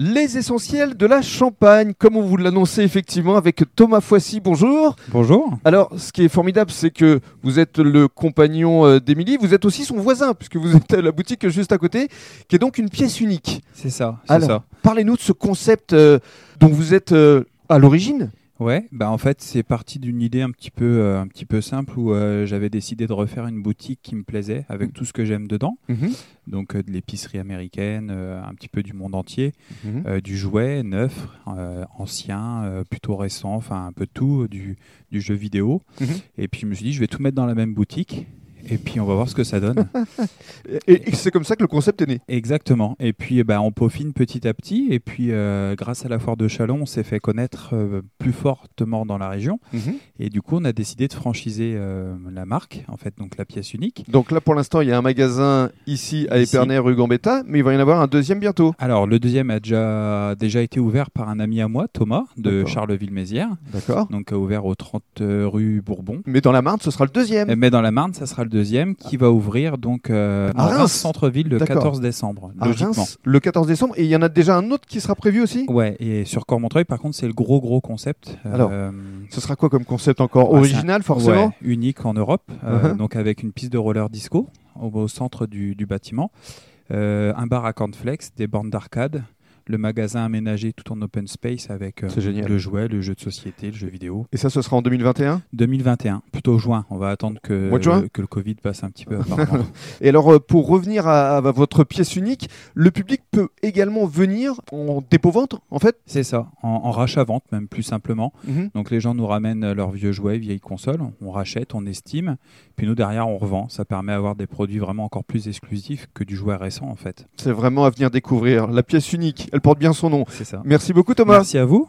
Les essentiels de la Champagne, comme on vous l'annonçait effectivement avec Thomas Foissy. Bonjour. Bonjour. Alors, ce qui est formidable, c'est que vous êtes le compagnon euh, d'Émilie. Vous êtes aussi son voisin, puisque vous êtes à la boutique juste à côté, qui est donc une pièce unique. C'est ça, c'est Alors, ça. parlez-nous de ce concept euh, dont vous êtes euh, à l'origine. Ouais, bah en fait, c'est parti d'une idée un petit peu, euh, un petit peu simple où euh, j'avais décidé de refaire une boutique qui me plaisait avec tout ce que j'aime dedans. Donc euh, de l'épicerie américaine, euh, un petit peu du monde entier, euh, du jouet neuf, euh, ancien, euh, plutôt récent, enfin un peu de tout, euh, du, du jeu vidéo. Mhm. Et puis je me suis dit, je vais tout mettre dans la même boutique. Et puis on va voir ce que ça donne. Et, et c'est comme ça que le concept est né. Exactement. Et puis eh ben, on peaufine petit à petit. Et puis euh, grâce à la foire de Chalon, on s'est fait connaître euh, plus fortement dans la région. Et du coup, on a décidé de franchiser euh, la marque, en fait, donc la pièce unique. Donc là, pour l'instant, il y a un magasin ici à Ici. Épernay, rue Gambetta, mais il va y en avoir un deuxième bientôt. Alors, le deuxième a déjà, déjà été ouvert par un ami à moi, Thomas, de D'accord. Charleville-Mézières, D'accord. donc euh, ouvert au 30 euh, rue Bourbon. Mais dans la Marne, ce sera le deuxième. Euh, Mais dans la Marne, ça sera le deuxième qui va ouvrir donc euh, À en Ah, Reims. Reims centre-ville le D'accord. 14 décembre, à logiquement. Reims, le 14 décembre. Et il y en a déjà un autre qui sera prévu aussi Ouais, et sur Cormontreuil, par contre, c'est le gros gros concept. Euh, Alors, Ce sera quoi comme concept encore Ah, ça- Original, forcément Ouais, unique en Europe, euh, Mhm. donc avec une piste de roller disco au, au centre du, du bâtiment, euh, un bar à cornflakes, des bornes d'arcade, le magasin aménagé tout en open space avec euh, C'est génial. le jouet, le jeu de société, le jeu vidéo. Et ça, ce sera en 2021 2021, plutôt juin, on va attendre que, euh, Mois de juin que le Covid passe un petit peu. apparemment. Et alors, euh, pour revenir à, à votre pièce unique, le public peut également venir en dépôt-vente, en fait C'est ça, en, en rachat-vente même plus simplement. Donc les gens nous ramènent euh, leurs vieux jouets, vieilles consoles, on rachète, on estime, puis nous derrière on revend. Ça permet d'avoir des produits vraiment encore plus exclusifs que du jouet récent en fait. C'est vraiment à venir découvrir. La pièce unique, elle porte bien son nom. C'est ça. Merci beaucoup, Thomas. Merci à vous.